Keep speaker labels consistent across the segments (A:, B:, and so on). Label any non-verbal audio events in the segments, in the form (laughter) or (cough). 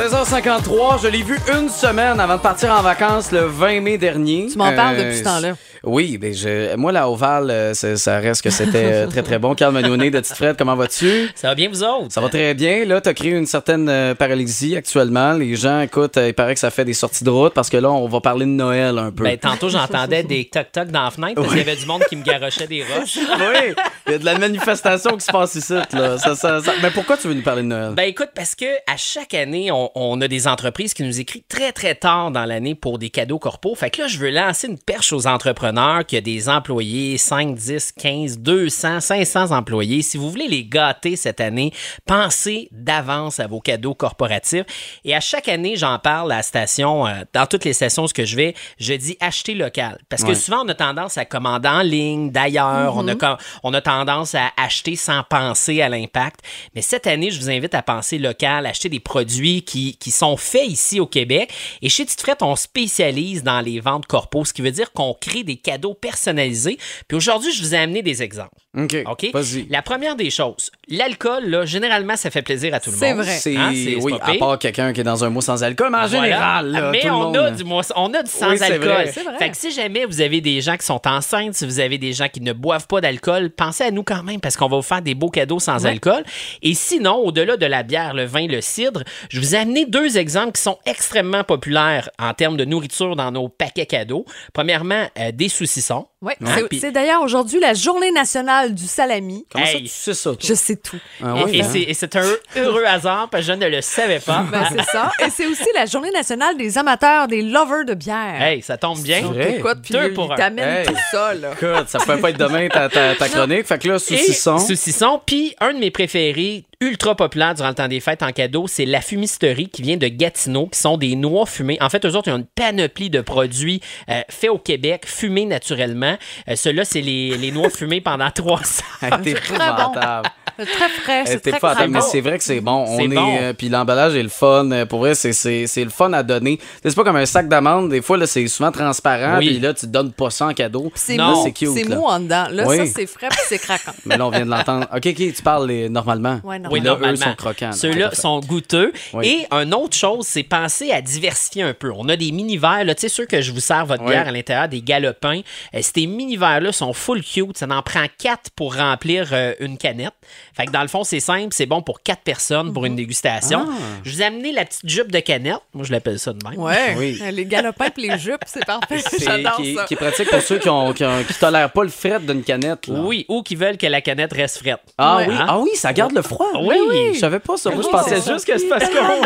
A: 16h53, je l'ai vu une semaine avant de partir en vacances le 20 mai dernier. Euh,
B: Tu m'en parles depuis ce temps-là.
A: Oui, ben je, moi, la Oval, euh, c'est- ça reste que c'était euh, très, très bon. Carl Manonnet de Petite Fred, comment vas-tu?
C: Ça va bien, vous autres?
A: Ça va très bien. Là, t'as créé une certaine euh, paralysie actuellement. Les gens, écoute, euh, il paraît que ça fait des sorties de route parce que là, on va parler de Noël un peu.
C: Ben, tantôt, j'entendais des toc-toc dans la fenêtre parce qu'il y avait du monde qui me garochait des
A: (laughs)
C: roches.
A: oui, il y a de la manifestation qui se passe ici. Là. Ça, ça- ça- Ben, pourquoi tu veux nous parler de Noël?
C: Ben écoute, parce que à chaque année, on, on a des entreprises qui nous écrivent très très tard dans l'année pour des cadeaux corpaux. Fait que là, je veux lancer une perche aux entrepreneurs qui a des employés 5, 10, 15, 200, 500 employés. Si vous voulez les gâter cette année, pensez d'avance à vos cadeaux corporatifs. Et à chaque année, j'en parle à la station, euh, dans toutes les stations où ce que je vais, je dis acheter local. Parce que
A: Ouais.
C: souvent, on a tendance à commander en ligne, d'ailleurs, on, a, com- on a tendance à acheter sans penser à l'impact. Mais cette année, je vous invite à penser local, acheter des produits qui, qui sont faits ici au Québec. Et chez Tite Frette, on spécialise dans les ventes corpo, ce qui veut dire qu'on crée des cadeaux personnalisés. Puis aujourd'hui, je vous ai amené des exemples.
A: OK.
C: Ben, OK?
A: Vas-y.
C: La première des choses, l'alcool, là, généralement, ça fait plaisir à tout le monde.
B: C'est vrai.
A: C'est,
C: Hein, c'est- c'est
A: oui,
C: pas
A: à
C: pire. Ah,
A: part quelqu'un qui est dans un mot sans alcool, mais en
C: Voilà.
A: général, là,
C: Mais
A: tout le
C: on,
A: monde-
C: a du, moins- on a du sans
A: Oui, c'est vrai.
C: alcool.
B: C'est vrai.
C: Fait que si jamais vous avez des gens qui sont enceintes, si vous avez des gens qui ne boivent pas d'alcool, pensez à nous quand même parce qu'on va vous faire des beaux cadeaux sans alcool. Et sinon, au-delà de la bière, le vin, le cidre, je vous ai amené deux exemples qui sont extrêmement populaires en termes de nourriture dans nos paquets cadeaux. Premièrement, euh, des saucissons.
B: Ouais.
A: Ouais,
B: C'est-
C: puis-
B: C'est d'ailleurs aujourd'hui la journée nationale du salami.
A: Comment ça,
C: Hey.
A: tu sais ça, toi?
B: Je sais tout.
A: Ah
C: Et-
A: oui,
C: et
A: hein?
C: c'est- et c'est un heureux hasard parce que je ne le
A: (laughs)
C: savais pas.
B: Ben, c'est ça. Et c'est aussi la journée nationale des amateurs, des lovers de bière.
C: Hey, ça tombe bien.
A: C'est vrai.
B: Écoute, puis
C: Deux
B: il
C: pour un.
B: t'amène
A: Hey.
B: tout ça, là.
A: Écoute, ça pouvait pas être demain ta, ta, ta chronique. Fait que là, saucisson. (laughs)
C: Et saucisson. Puis un de mes préférés, ultra populaire durant le temps des fêtes en cadeau, c'est la fumisterie qui vient de Gatineau, qui sont des noix fumées. En fait, eux autres, ils ont une panoplie de produits euh, faits au Québec, fumés naturellement. Euh, Ceux-là, c'est les, les noix fumées pendant (laughs) 300
A: Hey, T'es épouvantable.
B: C'est très frais,
A: Hey,
B: c'est
A: t'es
B: très
A: épouvantable,
B: craquant.
A: mais c'est vrai que c'est bon. On
C: C'est
A: est,
C: bon.
A: euh, puis l'emballage est le fun. Euh, Pour vrai, c'est, c'est, c'est le fun à donner. C'est pas comme un sac d'amandes. Des fois, là, c'est souvent transparent.
C: Oui.
A: Puis là, tu te donnes pas ça en cadeau.
B: C'est
C: Non,
B: mou,
A: c'est cute,
B: c'est
A: là.
B: mou en dedans. Là,
A: Oui.
B: ça, c'est frais puis c'est craquant.
A: Mais là, on vient de l'entendre. OK, OK, tu parles les- normalement.
B: Ouais, normalement.
A: Puis
C: Oui,
A: là, eux
C: normalement.
A: sont croquants. là.
C: Ceux-là
A: Ok,
C: sont goûteux.
A: Oui.
C: Et une autre chose, c'est penser à diversifier un peu. On a des mini-verres, là, tu sais, ceux que je vous sers votre
A: Oui.
C: bière à l'intérieur, des galopins. Euh, ces mini-verres-là sont full cute. Ça en prend quatre pour remplir euh, une canette. Fait que dans le fond, c'est simple, c'est bon pour quatre personnes
B: Mm-hmm.
C: pour une dégustation.
B: Ah.
C: Je vous ai amené la petite jupe de canette. Moi, je l'appelle ça de même.
B: Ouais.
A: Oui.
B: Les galopins puis les jupes, c'est parfait.
A: C'est-
B: (laughs) J'adore
A: qui,
B: ça.
A: qui est pratique pour ceux qui, ont, qui, ont- qui tolèrent pas le fret d'une canette. là.
C: Oui, ou qui veulent que la canette reste frette.
A: Ah
B: Ouais.
A: oui,
C: Hein?
A: ah oui, ça garde le froid.
C: Oui.
A: Je savais pas ça. Moi, je
B: Oui,
A: pensais
B: c'est ça.
A: juste que c'est parce qu'on. Moi,
B: (laughs)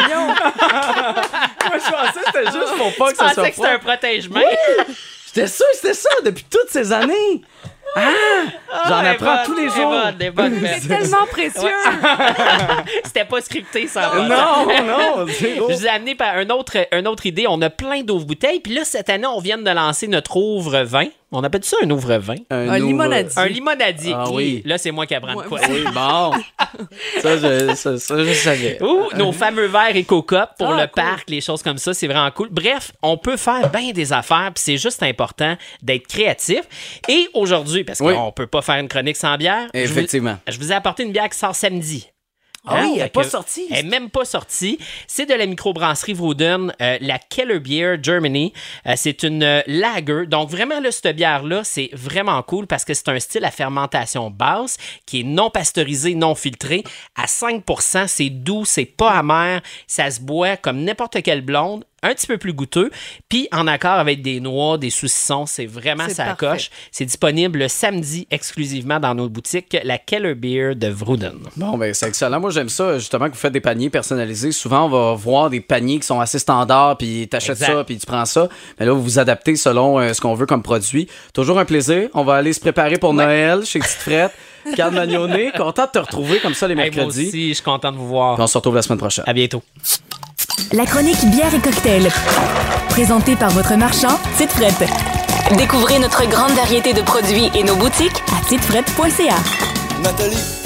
A: je pensais que c'était juste pour pas que
C: Je
A: ça soit
C: pensais que
A: froid.
C: c'était un protège-main.
A: J'étais sûr que c'était ça depuis toutes ces années. Ah! J'en
C: elle est
A: apprends
C: bonne,
A: tous les
C: elle est
A: jours.
C: bonne, elle est bonne, mais-
B: C'est tellement précieux.
C: C'était pas scripté, ça. va.
A: (laughs) Non, non,
C: (laughs)
A: zéro.
C: Je vous ai amené par un autre, une autre idée. On a plein d'ouvre-bouteilles. Puis là, cette année, on vient de lancer notre ouvre-vin. On appelle ça un ouvre-vin.
B: Un
A: ouvre-
B: limonadier.
C: Un limonadier.
A: Ah oui.
C: Là, c'est moi qui apprends de quoi.
A: Oui, bon. Ça, je, ça, ça, je savais.
C: Ou nos fameux verres éco-cop pour
B: Ah,
C: le
B: cool.
C: parc, les choses comme ça, c'est vraiment cool. Bref, on peut faire bien des affaires, puis c'est juste important d'être créatif. Et aujourd'hui, parce
A: Oui.
C: qu'on peut pas faire une chronique sans bière, je vous-
A: Effectivement.
C: Je vous, ai apporté une bière qui sort samedi. Hein?
A: Ah oui, elle est
C: Fait
A: pas
C: que-
A: sortie.
C: Elle est même pas sortie. C'est de la microbrasserie Vroden, euh, la Keller Beer Germany. Euh, c'est une euh, lager. Donc, vraiment, là, cette bière-là, c'est vraiment cool parce que c'est un style à fermentation basse qui est non pasteurisé, non filtré. À 5 c'est doux, c'est pas amer. Ça se boit comme n'importe quelle blonde. Un petit peu plus goûteux, puis en accord avec des noix, des saucissons, c'est vraiment
B: C'est
C: ça
B: parfait.
C: coche. C'est disponible le samedi exclusivement dans nos boutiques, la Keller Beer de Vrouden.
A: Bon, ben, c'est excellent. Moi, j'aime ça, justement, que vous faites des paniers personnalisés. Souvent, on va voir des paniers qui sont assez standards, puis t'achètes
C: Exact.
A: ça, puis tu prends ça. Mais là, vous vous adaptez selon euh, ce qu'on veut comme produit. Toujours un plaisir. On va aller se préparer pour Noël chez Petite
C: (laughs)
A: Frette. Carl Magnonet, content de te retrouver comme ça les
C: Hey, moi
A: mercredis. Puis
C: aussi, je suis content de vous voir.
A: on se retrouve la semaine prochaine.
C: À bientôt.
D: La chronique bière et cocktail. Présentée par votre marchand, Tite Frette.
E: Découvrez notre grande variété de produits et nos boutiques
D: À titefrette.ca.
F: Nathalie